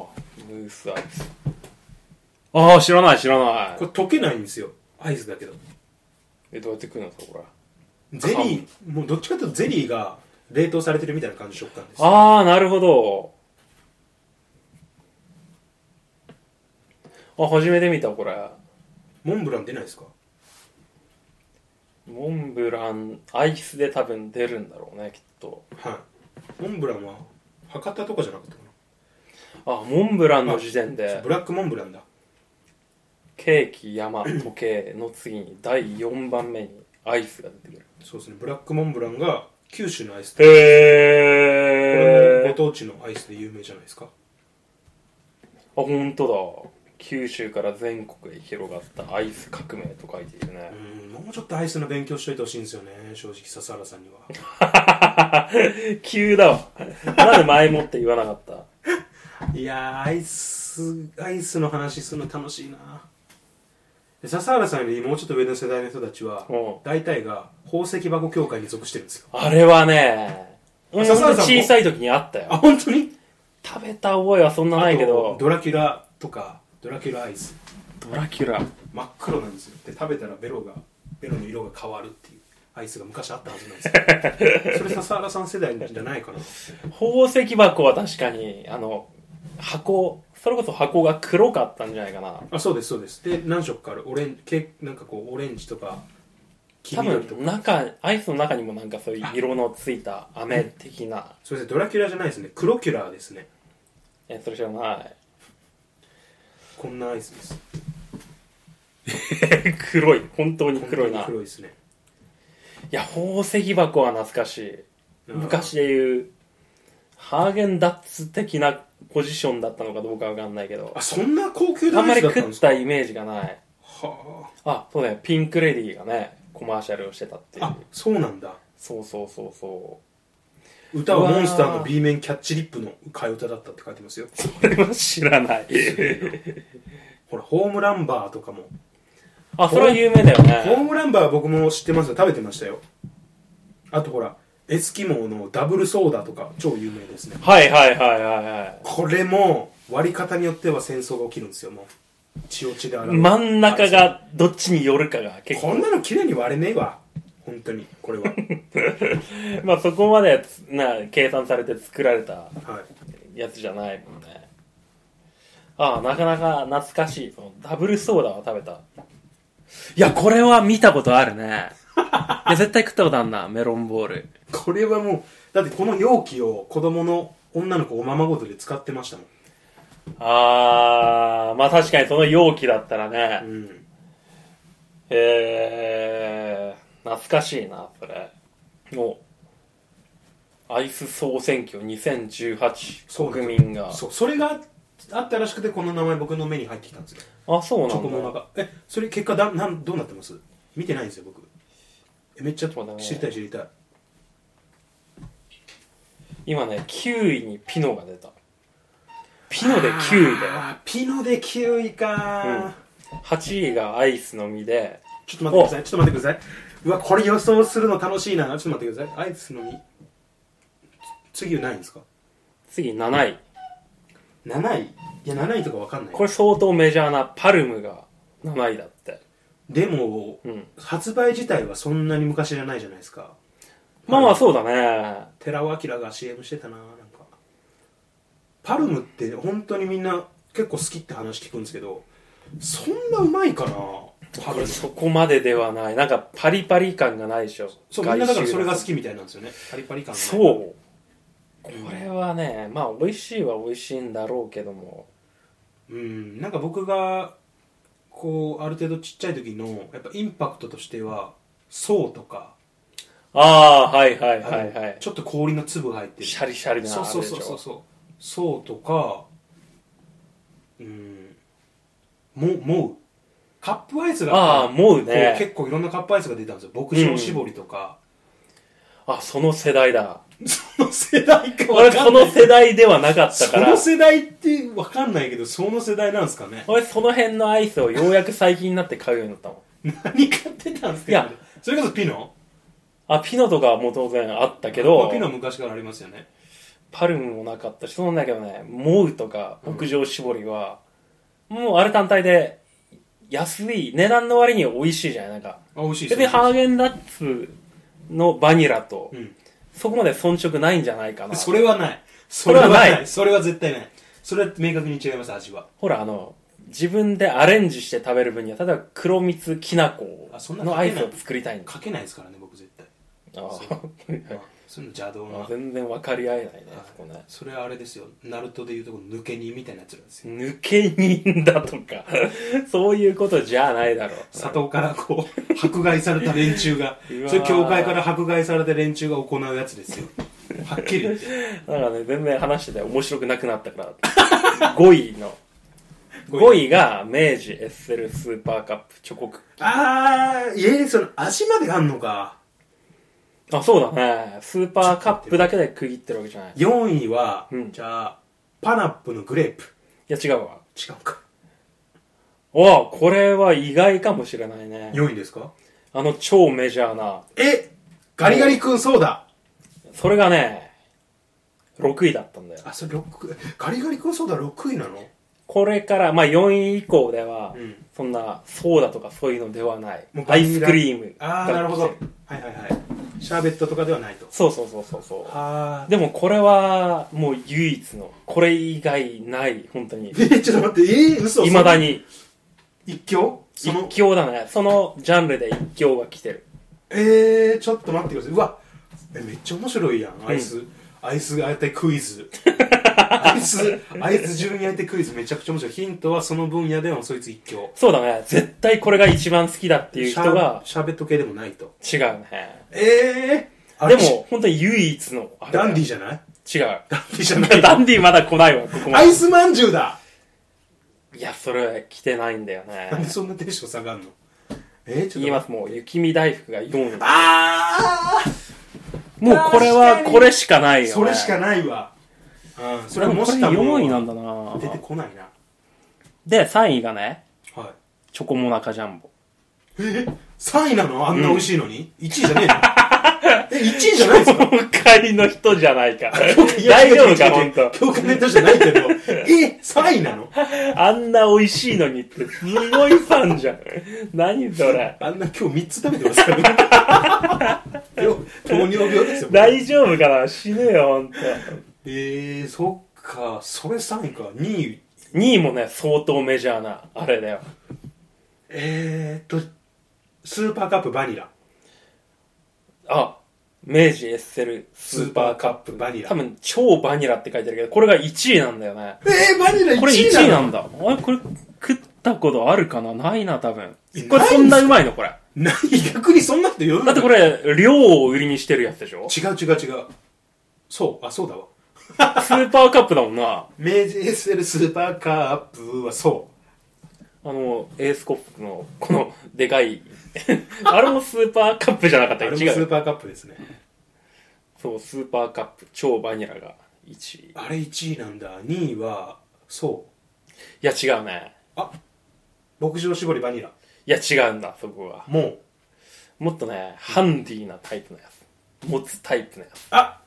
[SPEAKER 3] ースアイスああ知らない知らない
[SPEAKER 4] これ溶けないんですよアイスだけど
[SPEAKER 3] えどうやって食うのさこれ
[SPEAKER 4] ゼリーもうどっちかというとゼリーが冷凍されてるみたいな感じ食感です
[SPEAKER 3] ああなるほどあ初めて見たこれ
[SPEAKER 4] モンブラン出ないですか
[SPEAKER 3] モンブランアイスで多分出るんだろうねきっと
[SPEAKER 4] はいモンブランは博多とかじゃなかったか
[SPEAKER 3] あモンブランの時点
[SPEAKER 4] な
[SPEAKER 3] で
[SPEAKER 4] ブラックモンブランだ
[SPEAKER 3] ケーキ山時計の次に第4番目にアイスが出てくる
[SPEAKER 4] そうですねブラックモンブランが九州のアイスでこれも
[SPEAKER 3] へ
[SPEAKER 4] ご当地のアイスで有名じゃないですか
[SPEAKER 3] あ本当九州から全国へ広がったアイス革命と書いているね
[SPEAKER 4] う。んもうちょっとアイスの勉強しといてほしいんですよね正直笹原さんには
[SPEAKER 3] 急だわ。なんで前もって言わなかった
[SPEAKER 4] いやーアイスアイスの話するの楽しいなで笹原さんよりもうちょっと上の世代の人たちは
[SPEAKER 3] うん
[SPEAKER 4] 大体が宝石箱協会に属してるんですよ
[SPEAKER 3] あれはね、俺
[SPEAKER 4] 笹
[SPEAKER 3] も
[SPEAKER 4] 原さんも
[SPEAKER 3] 小さい時にあった
[SPEAKER 4] あ
[SPEAKER 3] よ。
[SPEAKER 4] 本当に
[SPEAKER 3] 食べた覚えはそんなないけ
[SPEAKER 4] あと
[SPEAKER 3] ど、
[SPEAKER 4] ドラキュラとかドラキュラアイス
[SPEAKER 3] ドラキュラ。
[SPEAKER 4] 真っ黒なんですよで食べたらベロがベロの色が変わるっていうアイスが昔あったはずなんです よそれ笹原さん世代じゃないかな
[SPEAKER 3] 宝石箱は確かに、あの、箱、それこそ箱が黒かったんじゃないかな。
[SPEAKER 4] あそうですそうですで何色かあるオレンジけなんかこうオレンジとか黄
[SPEAKER 3] 多
[SPEAKER 4] 緑と
[SPEAKER 3] 分、
[SPEAKER 4] か
[SPEAKER 3] 中、アイスの中にもなんかそういう色のついた飴的な。
[SPEAKER 4] それでドラキュラじゃないですねクロキュラーですね
[SPEAKER 3] え、それ知らない。
[SPEAKER 4] こんなアイスです
[SPEAKER 3] 黒い。本当に黒
[SPEAKER 4] 本当
[SPEAKER 3] い
[SPEAKER 4] に
[SPEAKER 3] な。い
[SPEAKER 4] 黒いですね
[SPEAKER 3] や、宝石箱は懐かしい。
[SPEAKER 4] うん
[SPEAKER 3] 昔で言う、ハーゲンダッツ的なポジションだったのかどうかわかんないけど
[SPEAKER 4] あ、そんな高級
[SPEAKER 3] あ
[SPEAKER 4] なんア
[SPEAKER 3] ま
[SPEAKER 4] イス
[SPEAKER 3] り
[SPEAKER 4] だった
[SPEAKER 3] 食
[SPEAKER 4] ん
[SPEAKER 3] っ
[SPEAKER 4] ですか
[SPEAKER 3] たイメージがない。
[SPEAKER 4] は
[SPEAKER 3] あ、そうだよ。ピンクレディーがね、コマーシャルをしてたっていう
[SPEAKER 4] あ。あそうなんだ
[SPEAKER 3] そうそうそうそう。
[SPEAKER 4] 歌はモンスターの B 面キャッチリップの替え歌だったって書いてますよ
[SPEAKER 3] これは知らない。
[SPEAKER 4] ほらホームランバーとかも
[SPEAKER 3] あ、それは有名だよ
[SPEAKER 4] ホー
[SPEAKER 3] ね。
[SPEAKER 4] ムランバーは僕も知ってますよ食べてましたよあとほらエスキモーのダブルソーダとか超有名ですね
[SPEAKER 3] はいはいはいはいは
[SPEAKER 4] これも割り方によっては戦争が起きるんですよもう血を血で洗
[SPEAKER 3] い。
[SPEAKER 4] う
[SPEAKER 3] 真ん中がどっちに寄るかが結
[SPEAKER 4] こ
[SPEAKER 3] 構。
[SPEAKER 4] んなの綺麗に割れねえわ本当にこれは
[SPEAKER 3] まあそこまでつな計算されて作られた
[SPEAKER 4] はい
[SPEAKER 3] やつじゃないもんね。ああ、なかなか懐かしい。そのダブルソーダは食べた。いや、これは見たことあるね。いや、絶対食ったことあるな、メロンボール。
[SPEAKER 4] これはもうだってこの容器を子供の女の子おままごとで使ってましたもん
[SPEAKER 3] あー、まあ確かにその容器だったらね。
[SPEAKER 4] うん
[SPEAKER 3] えー、懐かしいな、それ。おアイス総選挙2018国民が。
[SPEAKER 4] そうそれがあったらしくてこの名前僕の目に入ってきたんですよ
[SPEAKER 3] あ、そう
[SPEAKER 4] チョコ
[SPEAKER 3] な
[SPEAKER 4] モ
[SPEAKER 3] ん
[SPEAKER 4] ナ
[SPEAKER 3] だ。
[SPEAKER 4] がえそれ結果だなんどうなってます見てないんですよ僕えめっちゃ
[SPEAKER 3] ちょっと待っ
[SPEAKER 4] 知
[SPEAKER 3] て
[SPEAKER 4] りたい知りたい
[SPEAKER 3] 今ね、9位にピノが出た。ピノで9位だよ。
[SPEAKER 4] あーピノで9位かー、
[SPEAKER 3] うん8位がアイスの実で、
[SPEAKER 4] ちょっと待ってくださいちょっと待ってくださいうわこれ予想するの楽しいなちょっと待ってくださいアイスの実次ないんですか
[SPEAKER 3] 次7位。
[SPEAKER 4] 7位いや7位とかわかんない
[SPEAKER 3] これ相当メジャーなパルムが7位だって。
[SPEAKER 4] でも、
[SPEAKER 3] うん。
[SPEAKER 4] 発売自体はそんなに昔じゃないじゃないですか
[SPEAKER 3] まあまあそうだね。
[SPEAKER 4] 寺尾明が CM してたななんかパルムって本当にみんな結構好きって話聞くんですけどそんなうまいかなパ
[SPEAKER 3] こ
[SPEAKER 4] ル
[SPEAKER 3] れ
[SPEAKER 4] ム
[SPEAKER 3] そこまでではない。なんかパリパリ感がないでしょ。
[SPEAKER 4] そうみんなだから
[SPEAKER 3] 外周
[SPEAKER 4] それが好きみたいなんですよねパリパリ感が
[SPEAKER 3] そう。これはね、まあ美味しいは美味しいんだろうけども。
[SPEAKER 4] うんなんか僕がこうある程度ちっちゃい時のやっぱインパクトとしては層とか、
[SPEAKER 3] ああ、はいはい
[SPEAKER 4] あ
[SPEAKER 3] は
[SPEAKER 4] の
[SPEAKER 3] いはい。
[SPEAKER 4] ちょっと氷の粒が入ってる
[SPEAKER 3] シャリシャリな
[SPEAKER 4] そう
[SPEAKER 3] あ
[SPEAKER 4] そ
[SPEAKER 3] れ
[SPEAKER 4] う
[SPEAKER 3] で
[SPEAKER 4] そ
[SPEAKER 3] し
[SPEAKER 4] うそう
[SPEAKER 3] ょ。
[SPEAKER 4] そうそうとかうんももうカップアイスが
[SPEAKER 3] ああ、もう
[SPEAKER 4] こう
[SPEAKER 3] ね。
[SPEAKER 4] 結構いろんなカップアイスが出たんですよ牧場絞りとか、
[SPEAKER 3] あ、その世代だ。
[SPEAKER 4] その世代か
[SPEAKER 3] 俺
[SPEAKER 4] わか
[SPEAKER 3] そ
[SPEAKER 4] んな
[SPEAKER 3] の
[SPEAKER 4] い
[SPEAKER 3] 世代ではなかった
[SPEAKER 4] そ
[SPEAKER 3] から
[SPEAKER 4] の。世代ってわかんないけどその世代なんですかね
[SPEAKER 3] 俺その辺のアイスをようやく最近になって買うようになったもん。
[SPEAKER 4] 何買ってたんですか
[SPEAKER 3] いや
[SPEAKER 4] それこそピノ
[SPEAKER 3] あ、ピノとかはもう当然あったけ
[SPEAKER 4] ま
[SPEAKER 3] ど
[SPEAKER 4] あ、ピノは昔からありますよね
[SPEAKER 3] パルムもなかったし、そのだけどね、モウとか牧場絞りは、もうあれ単体で安い、値段の割に美味しいじゃないなんか。
[SPEAKER 4] あ美味しい
[SPEAKER 3] 別にハーゲンダッツのバニラと、
[SPEAKER 4] うん
[SPEAKER 3] そこまで遜色ないんじゃないかな。
[SPEAKER 4] それはないそ
[SPEAKER 3] れはない
[SPEAKER 4] それは絶対ないそれは明確に違います味は
[SPEAKER 3] ほら、あの、自分でアレンジして食べる分には、例えば黒蜜きな粉
[SPEAKER 4] あそんな
[SPEAKER 3] の
[SPEAKER 4] か
[SPEAKER 3] ア
[SPEAKER 4] け
[SPEAKER 3] イ
[SPEAKER 4] ない
[SPEAKER 3] スを作りたいんだ。
[SPEAKER 4] かけないですからね僕絶対
[SPEAKER 3] あ
[SPEAKER 4] まあそういうの邪道
[SPEAKER 3] あ
[SPEAKER 4] な
[SPEAKER 3] 全然分かり合えないね、そこね。
[SPEAKER 4] それはあれですよナルトでいうとこの抜け荷みたいなやつらですよ
[SPEAKER 3] 抜け人だとか、 そういうことじゃないだろう。
[SPEAKER 4] 里からこう 迫害された連中が そう
[SPEAKER 3] わー
[SPEAKER 4] れ教会から迫害された連中が行うやつ ですよはっきり言って
[SPEAKER 3] だからね、全然話してて面白くなくなったから、5位の5位が明治エッセルスーパーカップチョコク
[SPEAKER 4] あー、えー、その味まであんのか。
[SPEAKER 3] あそうだねスーパーカップだけで区切ってるわけじゃないい
[SPEAKER 4] 4位は、
[SPEAKER 3] うん
[SPEAKER 4] じゃあ、パナップのグレープ。
[SPEAKER 3] や違うわ
[SPEAKER 4] 違うか。
[SPEAKER 3] おこれは意外かもしれないね
[SPEAKER 4] 4位ですか
[SPEAKER 3] あの超メジャーな
[SPEAKER 4] えガリガリ君そうだ。
[SPEAKER 3] それがね6位だったんだよ
[SPEAKER 4] あ、それ6、ガリガリ君そうだ6位なの
[SPEAKER 3] これからまあ4位以降では、
[SPEAKER 4] うん
[SPEAKER 3] そんなソーダとかそういうのではない
[SPEAKER 4] もう
[SPEAKER 3] アイスクリーム
[SPEAKER 4] あー、なるほど。はいはいはい。シャーベットとかではないと。
[SPEAKER 3] そうそうそうそうそう
[SPEAKER 4] はー。
[SPEAKER 3] でもこれはもう唯一のこれ以外ない本当に
[SPEAKER 4] えー、ちょっと待って、えー、嘘
[SPEAKER 3] いまだ。に
[SPEAKER 4] 一強そ
[SPEAKER 3] 一
[SPEAKER 4] の、
[SPEAKER 3] 強だねそのジャンルで一強が来てる
[SPEAKER 4] えー、ちょっと待ってください。うわ、えめっちゃ面白いやん、アイス。アイス当てクイ ズ。アイス、アイス順位当てクイズめちゃくちゃ面白い。ヒントはその分野ではそいつ一強。
[SPEAKER 3] そうだね絶対これが一番好きだっていう
[SPEAKER 4] シ
[SPEAKER 3] 人
[SPEAKER 4] ャ
[SPEAKER 3] が
[SPEAKER 4] ーシャーベット系でもないと。
[SPEAKER 3] 違うね
[SPEAKER 4] えー、あ
[SPEAKER 3] で
[SPEAKER 4] れ、
[SPEAKER 3] も本当に唯一のあれだ
[SPEAKER 4] ダ
[SPEAKER 3] よ
[SPEAKER 4] ンディじゃない
[SPEAKER 3] 違う
[SPEAKER 4] ダンディじゃない。
[SPEAKER 3] ダンディまだ来ないわここま
[SPEAKER 4] ア
[SPEAKER 3] で
[SPEAKER 4] イスまんじゅうだ
[SPEAKER 3] いやそれ来てないんだよね
[SPEAKER 4] なんでそんなテンション下がんのえー、ちょっと。
[SPEAKER 3] 言いますもう雪見大福が4位
[SPEAKER 4] あ
[SPEAKER 3] もうこれ
[SPEAKER 4] 確
[SPEAKER 3] は
[SPEAKER 4] かに
[SPEAKER 3] これしかな
[SPEAKER 4] ー
[SPEAKER 3] いよ、ね、
[SPEAKER 4] それしか
[SPEAKER 3] ない
[SPEAKER 4] ないわ。うん、そ
[SPEAKER 3] で
[SPEAKER 4] れ
[SPEAKER 3] も
[SPEAKER 4] も
[SPEAKER 3] これ
[SPEAKER 4] しか
[SPEAKER 3] 4位なん
[SPEAKER 4] だ。
[SPEAKER 3] だな
[SPEAKER 4] 出てこないな。
[SPEAKER 3] で3位がね
[SPEAKER 4] はい。
[SPEAKER 3] チョコモナカジャンボ
[SPEAKER 4] え3位なのあんな美味しいのに、?1 位じゃ ねえのえ、1位じゃないんですか
[SPEAKER 3] 他りの人じゃないか
[SPEAKER 4] いや
[SPEAKER 3] 大丈夫か
[SPEAKER 4] 違う違
[SPEAKER 3] 本
[SPEAKER 4] う
[SPEAKER 3] 当
[SPEAKER 4] 共感ネットじゃないけど。え ?3 位なの
[SPEAKER 3] あんな美味しいのにってすごいファンじゃん何それ
[SPEAKER 4] あんな今日3つ食べてますからね。 よ糖尿病ですよ。
[SPEAKER 3] 大丈夫かな死ぬよ本
[SPEAKER 4] えー、そっか。それ3位か。2位。
[SPEAKER 3] 当。2位もね相当メジャーなあれだよ
[SPEAKER 4] えーっと、スーパーカップバニラ。
[SPEAKER 3] あ明治エッセルスーパーカップ
[SPEAKER 4] プバニラ
[SPEAKER 3] 多。分超バニラって書いてあるけどこれが1位なんだよね
[SPEAKER 4] えー、バニラ1位なの
[SPEAKER 3] これ1位なんだあれこれ食ったことあるかなないな多分
[SPEAKER 4] え
[SPEAKER 3] これ
[SPEAKER 4] ないんすか
[SPEAKER 3] そんなうまいのこれ
[SPEAKER 4] な逆にそんな人呼ん
[SPEAKER 3] だ
[SPEAKER 4] だ
[SPEAKER 3] ってこれ量を売りにしてるやつで しょ
[SPEAKER 4] 違う違う違うそうあそうだわ
[SPEAKER 3] スーパーカップだもんな
[SPEAKER 4] 明治 SL スーパーカップはそ
[SPEAKER 3] あのエースコップのこのでかい あれもスーパーカップじゃなかっ
[SPEAKER 4] うあ
[SPEAKER 3] た
[SPEAKER 4] れ
[SPEAKER 3] よ
[SPEAKER 4] もス
[SPEAKER 3] 違
[SPEAKER 4] ー
[SPEAKER 3] う
[SPEAKER 4] パーカップですね
[SPEAKER 3] そうスーパーカップ超バニラが1位い
[SPEAKER 4] あれ1位なんだ2位はそう
[SPEAKER 3] や違うね
[SPEAKER 4] 牧場絞りバニラ
[SPEAKER 3] いや違うんだそこは
[SPEAKER 4] もう
[SPEAKER 3] もっとねハンディーなタイプのやつ持つタイプのやつ
[SPEAKER 4] あ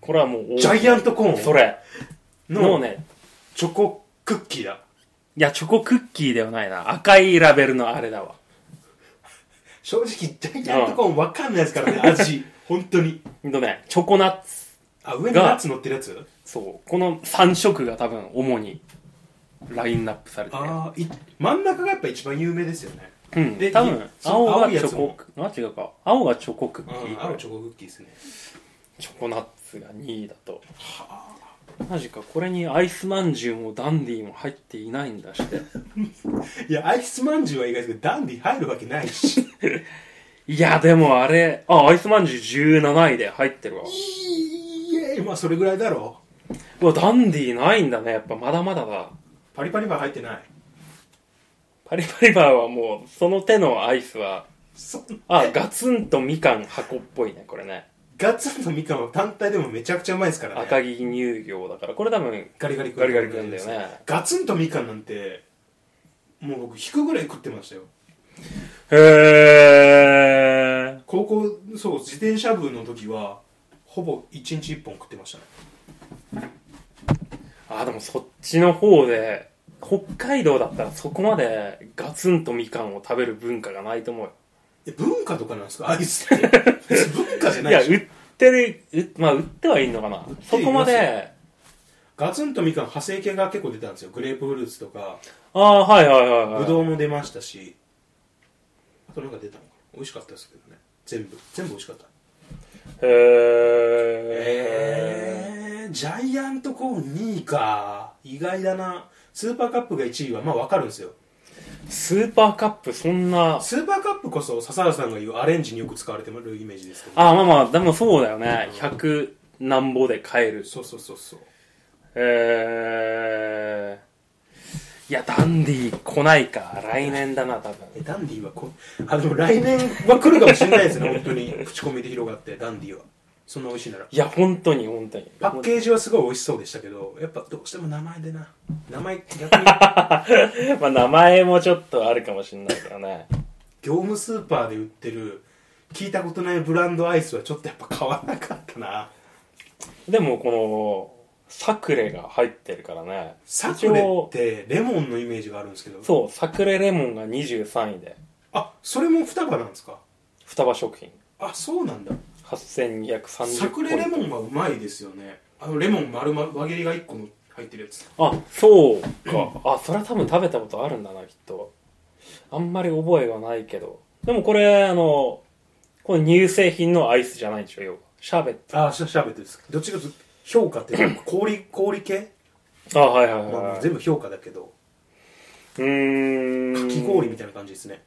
[SPEAKER 3] これはもう
[SPEAKER 4] ジャイアントコーン
[SPEAKER 3] それの
[SPEAKER 4] の
[SPEAKER 3] ね
[SPEAKER 4] チョコクッキーだ
[SPEAKER 3] いやチョコクッキーではないな赤いラベルのあれだわ
[SPEAKER 4] 正直ジャイアントコーンわかんないですからね味本当に
[SPEAKER 3] ほんとねチョコナッツ
[SPEAKER 4] あ上に
[SPEAKER 3] が
[SPEAKER 4] ナッツ乗ってるやつ
[SPEAKER 3] そうこの3色が多分主にラインナップされてる
[SPEAKER 4] ああ真ん中がやっぱ一番有名ですよね
[SPEAKER 3] うん
[SPEAKER 4] で
[SPEAKER 3] 多分
[SPEAKER 4] その
[SPEAKER 3] 青が
[SPEAKER 4] 青い
[SPEAKER 3] チ
[SPEAKER 4] や
[SPEAKER 3] ョ
[SPEAKER 4] つも
[SPEAKER 3] コあ違うか青がチョコクッキ
[SPEAKER 4] うん
[SPEAKER 3] ー
[SPEAKER 4] 青チョコクッキーですね
[SPEAKER 3] チョコナッツが2位だとマジかこれにアイスまんじゅうもダンディーも入っていないんだして
[SPEAKER 4] いやアイスまんじゅうは意外ですけどダンディ入るわけないし
[SPEAKER 3] いやでもあれあアイスまんじゅう17位で入ってるわ
[SPEAKER 4] いやまあそれぐらいだろう
[SPEAKER 3] うわダンディーないんだねやっぱまだまだだ
[SPEAKER 4] パリパリは入ってない
[SPEAKER 3] パリパリバーはもうその手のアイスは
[SPEAKER 4] そん
[SPEAKER 3] あガツンとみかん箱っぽいねこれね
[SPEAKER 4] ガッツンとみかんは単体でもめちゃくちゃうまいですからね
[SPEAKER 3] 赤城乳業だからこれ多分
[SPEAKER 4] ガリガリ君
[SPEAKER 3] ガリガリ君だよね
[SPEAKER 4] ガツンとみかんなんてもう僕引くぐらい食ってましたよ
[SPEAKER 3] へえ
[SPEAKER 4] 高校そう自転車部の時はほぼ一日一本食ってましたね
[SPEAKER 3] あでもそっちの方で北海道だったらそこまでガツンとみかんを食べる文化がないと思うよ
[SPEAKER 4] え文化とかなんですかアイスって別に文化じゃ
[SPEAKER 3] い
[SPEAKER 4] ない
[SPEAKER 3] や
[SPEAKER 4] でしょ
[SPEAKER 3] 売ってるうまあ売ってはいいのかな
[SPEAKER 4] て
[SPEAKER 3] そ
[SPEAKER 4] はいますよ
[SPEAKER 3] こまで
[SPEAKER 4] ガツンとみかん派生系が結構出たんですよグレープフルーツとか
[SPEAKER 3] ああはいはいはいはい
[SPEAKER 4] ぶどうも出ましたしあとなんか出たのかな美味しかったですけどね全部全部美味しかった
[SPEAKER 3] へえ
[SPEAKER 4] えー、ジャイアントコーン2位か意外だなスーパーカップが1位はまあ分かるんですよ
[SPEAKER 3] スーパーカップそんな
[SPEAKER 4] スーパーカップこそ笹原さんが言うアレンジによく使われてるイメージですけど
[SPEAKER 3] あまあまあでもそうだよね100なんぼで買える
[SPEAKER 4] そうそうそうそう
[SPEAKER 3] えいや、ダンディ来ないか。来年だな、多分。
[SPEAKER 4] えダンディはこあでも来年は来るかもしれないですね本当に口コミで広がってダンディはそんな美味しいなら
[SPEAKER 3] いや、本当に、本当に。
[SPEAKER 4] パッケージはすごい美味しそうでしたけどやっぱどうしても名前でな名前逆に
[SPEAKER 3] まあ、名前もちょっとあるかもしれないけどね。
[SPEAKER 4] 業務スーパーで売ってる聞いたことないブランドアイスはちょっとやっぱ買わなかったな
[SPEAKER 3] でも、この、サクレが入ってるからね。
[SPEAKER 4] サクレってレモンのイメージがあるんですけど
[SPEAKER 3] 一応そう、サクレレモンが23位で、
[SPEAKER 4] あそれも双葉なんですか
[SPEAKER 3] 双葉食品。
[SPEAKER 4] あそうなんだ
[SPEAKER 3] 8230
[SPEAKER 4] サクレレモンはうまいですよねあのレモン丸々輪切りが1個の入ってるやつ
[SPEAKER 3] あ、そうか。あ、それは多分食べたことあるんだな、きっと。あんまり覚えはないけど。でもこれ、あの、この乳製品のアイスじゃないんでしょ、要は。シャーベッ
[SPEAKER 4] あシャシャーベットですどっちかというと評価っていうか氷氷系、
[SPEAKER 3] ト。あ、はいはいはい、
[SPEAKER 4] ま
[SPEAKER 3] は
[SPEAKER 4] あ
[SPEAKER 3] い。、
[SPEAKER 4] 全部評価だけど
[SPEAKER 3] うーん。
[SPEAKER 4] かき氷みたいな感じですね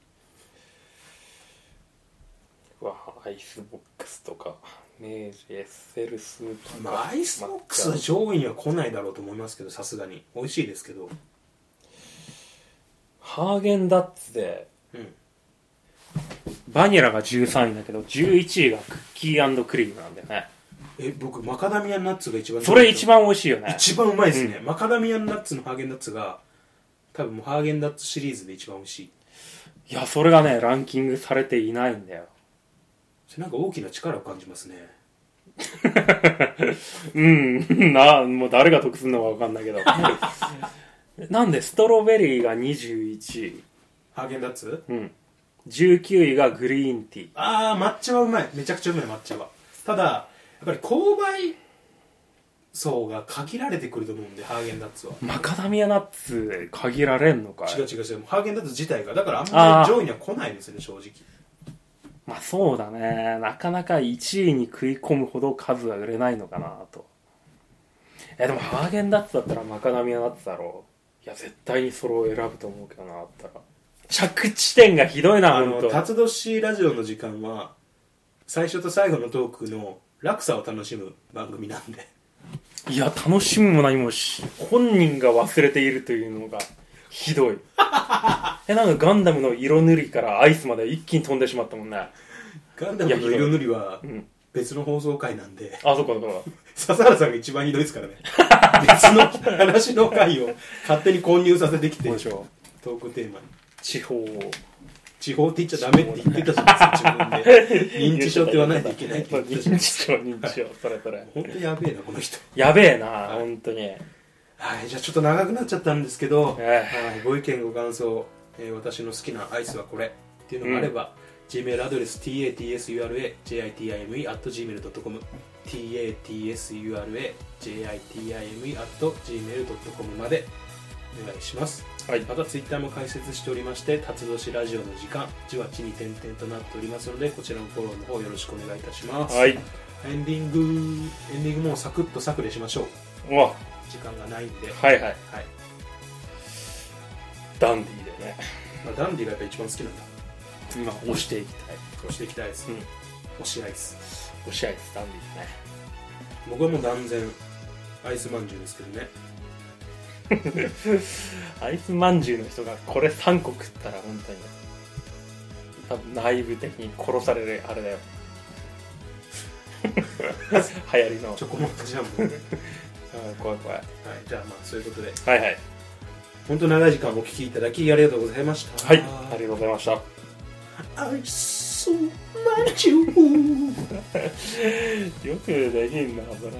[SPEAKER 3] うわアイスボックスとか明治エッセルスーパ
[SPEAKER 4] ま
[SPEAKER 3] ー
[SPEAKER 4] あアイスボックスは上位には来ないだろうと思いますけどさすがに美味しいですけど
[SPEAKER 3] ハーゲンダッツで
[SPEAKER 4] うん
[SPEAKER 3] バニラが13位だけど11位がクッキークリームなんだよね
[SPEAKER 4] え僕マカダミアンナッツが一番
[SPEAKER 3] それ一番美味しいよね
[SPEAKER 4] 一番うまいですね、マカダミアンナッツのハーゲンダッツが多分もうハーゲンダッツシリーズで一番美味しい
[SPEAKER 3] いやそれがねランキングされていないんだよ
[SPEAKER 4] それなんか大きな力を感じますね
[SPEAKER 3] うん、 な、もう誰が得するのかわかんないけど。 なんで、ストロベリーが21位。
[SPEAKER 4] ハーゲンダッツ
[SPEAKER 3] うん。19位がグリーンティー。
[SPEAKER 4] ああ抹茶はうまいめちゃくちゃうまい抹茶はただやっぱり購買層が限られてくると思うんでハーゲンダッツは
[SPEAKER 3] マカダミアナッツ、限られんのかい
[SPEAKER 4] 違う違う違うハーゲンダッツ自体がだからあん
[SPEAKER 3] あ
[SPEAKER 4] ま
[SPEAKER 3] ー
[SPEAKER 4] り上位には来ないんですよね正直
[SPEAKER 3] まあそうだね。なかなか1位に食い込むほど数は売れないのかなと。え、でもハーゲンダッツだったらマカダミアナッツだろう。いや、絶対にそれを選ぶと思うけどな、あったら。着地点がひどいな、
[SPEAKER 4] あ
[SPEAKER 3] ほん
[SPEAKER 4] の
[SPEAKER 3] と。
[SPEAKER 4] 辰年ラジオの時間は最初と最後のトークの落差を楽しむ番組なんで
[SPEAKER 3] いや、楽しむも何もし、本人が忘れているというのが、ひ どい。え、なんかガンダムの色塗りからアイスまで一気に飛んでしまったもんね。あ、
[SPEAKER 4] ガンダムの色塗りは
[SPEAKER 3] うん
[SPEAKER 4] 別の放送回なんで
[SPEAKER 3] そっかそっか。
[SPEAKER 4] 笹原さんが一番ひどいですからね別の話の回を勝手に混入させてきて
[SPEAKER 3] どうでしょ
[SPEAKER 4] トークテーマに
[SPEAKER 3] う。地方を。
[SPEAKER 4] 地方って言っちゃダメって言ってたじゃないですか自分 で認知症って言わないといけないって言ってたじゃ
[SPEAKER 3] 認
[SPEAKER 4] ない
[SPEAKER 3] 知症、認知症、それそれ。
[SPEAKER 4] 本当やべえなこの人
[SPEAKER 3] やべえな、本当に。
[SPEAKER 4] はいじゃあちょっと長くなっちゃったんですけど、
[SPEAKER 3] え
[SPEAKER 4] はい、ご意見ご感想、えー私の好きなアイスはこれっていうのがあれば、Gmail アドレス tatsurajitime.gmail.com tatsurajitime.gmail.com までお願いします
[SPEAKER 3] はい
[SPEAKER 4] ま。たツイッターも開設しておりまして辰年ラジオの時間じわちに点々となっておりますのでこちらのフォローの方よろしくお願いいたします、
[SPEAKER 3] はい。
[SPEAKER 4] エンディングエンディングもうサクッとサクでしましょう
[SPEAKER 3] うわ、
[SPEAKER 4] 時間がないんで、
[SPEAKER 3] はいはい。
[SPEAKER 4] はい
[SPEAKER 3] ダンディーでね。
[SPEAKER 4] まあ、ダンディがやっぱ一番好きなんだ
[SPEAKER 3] 今、押していきたい。
[SPEAKER 4] 押していきたいです、
[SPEAKER 3] うん
[SPEAKER 4] 押しアイス
[SPEAKER 3] 押し合いです、ダンディーね。
[SPEAKER 4] 僕はもう断然アイスまんじゅうですけどね
[SPEAKER 3] アイスまんじゅうの人がこれ3個食ったら本当に多分内部的に殺されるあれだよ 流行りの
[SPEAKER 4] チョコモントジャ ム、はい、
[SPEAKER 3] うん怖い怖い
[SPEAKER 4] じゃあまあそういうことで
[SPEAKER 3] はいはい
[SPEAKER 4] 本当長い時間お聞きいただきありがとうございました
[SPEAKER 3] はいありがとうございました
[SPEAKER 4] アイスまんじゅう
[SPEAKER 3] よくできんなそれ